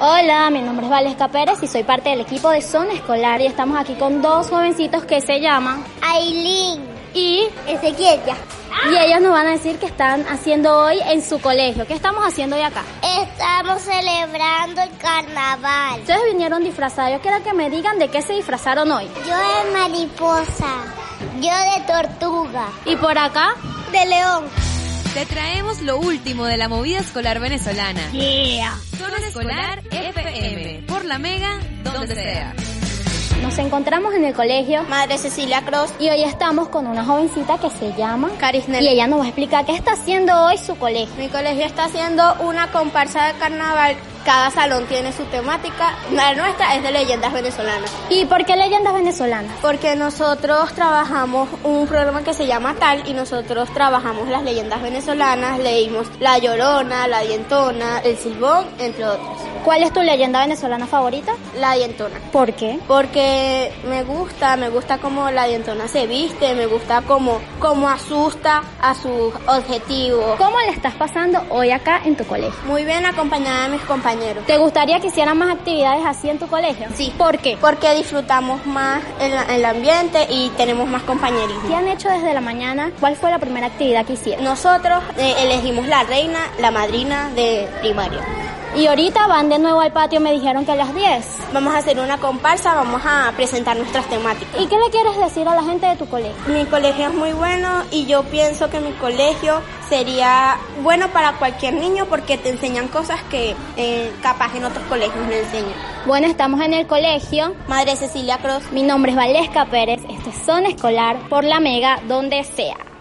Hola, mi nombre es Valesca Pérez y soy parte del equipo de Zona Escolar y estamos aquí con dos jovencitos que se llaman Ailín y Ezequiel. y ellos nos van a decir qué están haciendo hoy en su colegio. ¿Qué estamos haciendo hoy acá? Estamos celebrando el carnaval. Ustedes vinieron disfrazados. Yo quiero que me digan de qué se disfrazaron hoy. Yo de mariposa, yo de tortuga, Y por acá, de león. Te traemos lo último de la movida escolar venezolana. Yeah. Zona Escolar FM. Por la Mega, donde sea. nos encontramos en el colegio Madre Cecilia Cruz. y hoy estamos con una jovencita que se llama Caris y ella nos va a explicar qué está haciendo hoy su colegio. Mi colegio está haciendo una comparsa de carnaval. Cada salón tiene su temática. La nuestra es de leyendas venezolanas. ¿Y por qué leyendas venezolanas? Porque nosotros trabajamos un programa que se llama Tal y nosotros trabajamos las leyendas venezolanas. Leímos La Llorona, La Dientona, El Silbón, entre otros. ¿Cuál es tu leyenda venezolana favorita? La Dientona. ¿Por qué? Porque me gusta, me gusta cómo la dientona se viste, me gusta cómo, cómo asusta a sus objetivos. ¿Cómo le estás pasando hoy acá en tu colegio? Muy bien acompañada de mis compañeros. ¿Te gustaría que hicieran más actividades así en tu colegio? Sí. ¿Por qué? Porque disfrutamos más el, el ambiente y tenemos más compañerismo. ¿Qué han hecho desde la mañana? ¿Cuál fue la primera actividad que hicieron? Nosotros eh, elegimos la reina, la madrina de primaria. Y ahorita van de nuevo al patio, me dijeron que a las 10. Vamos a hacer una comparsa, vamos a presentar nuestras temáticas. ¿Y qué le quieres decir a la gente de tu colegio? Mi colegio es muy bueno y yo pienso que mi colegio sería bueno para cualquier niño porque te enseñan cosas que eh, capaz en otros colegios no enseñan. Bueno, estamos en el colegio. Madre Cecilia Cruz. Mi nombre es Valesca Pérez. Este es Zona Escolar por la Mega, donde sea.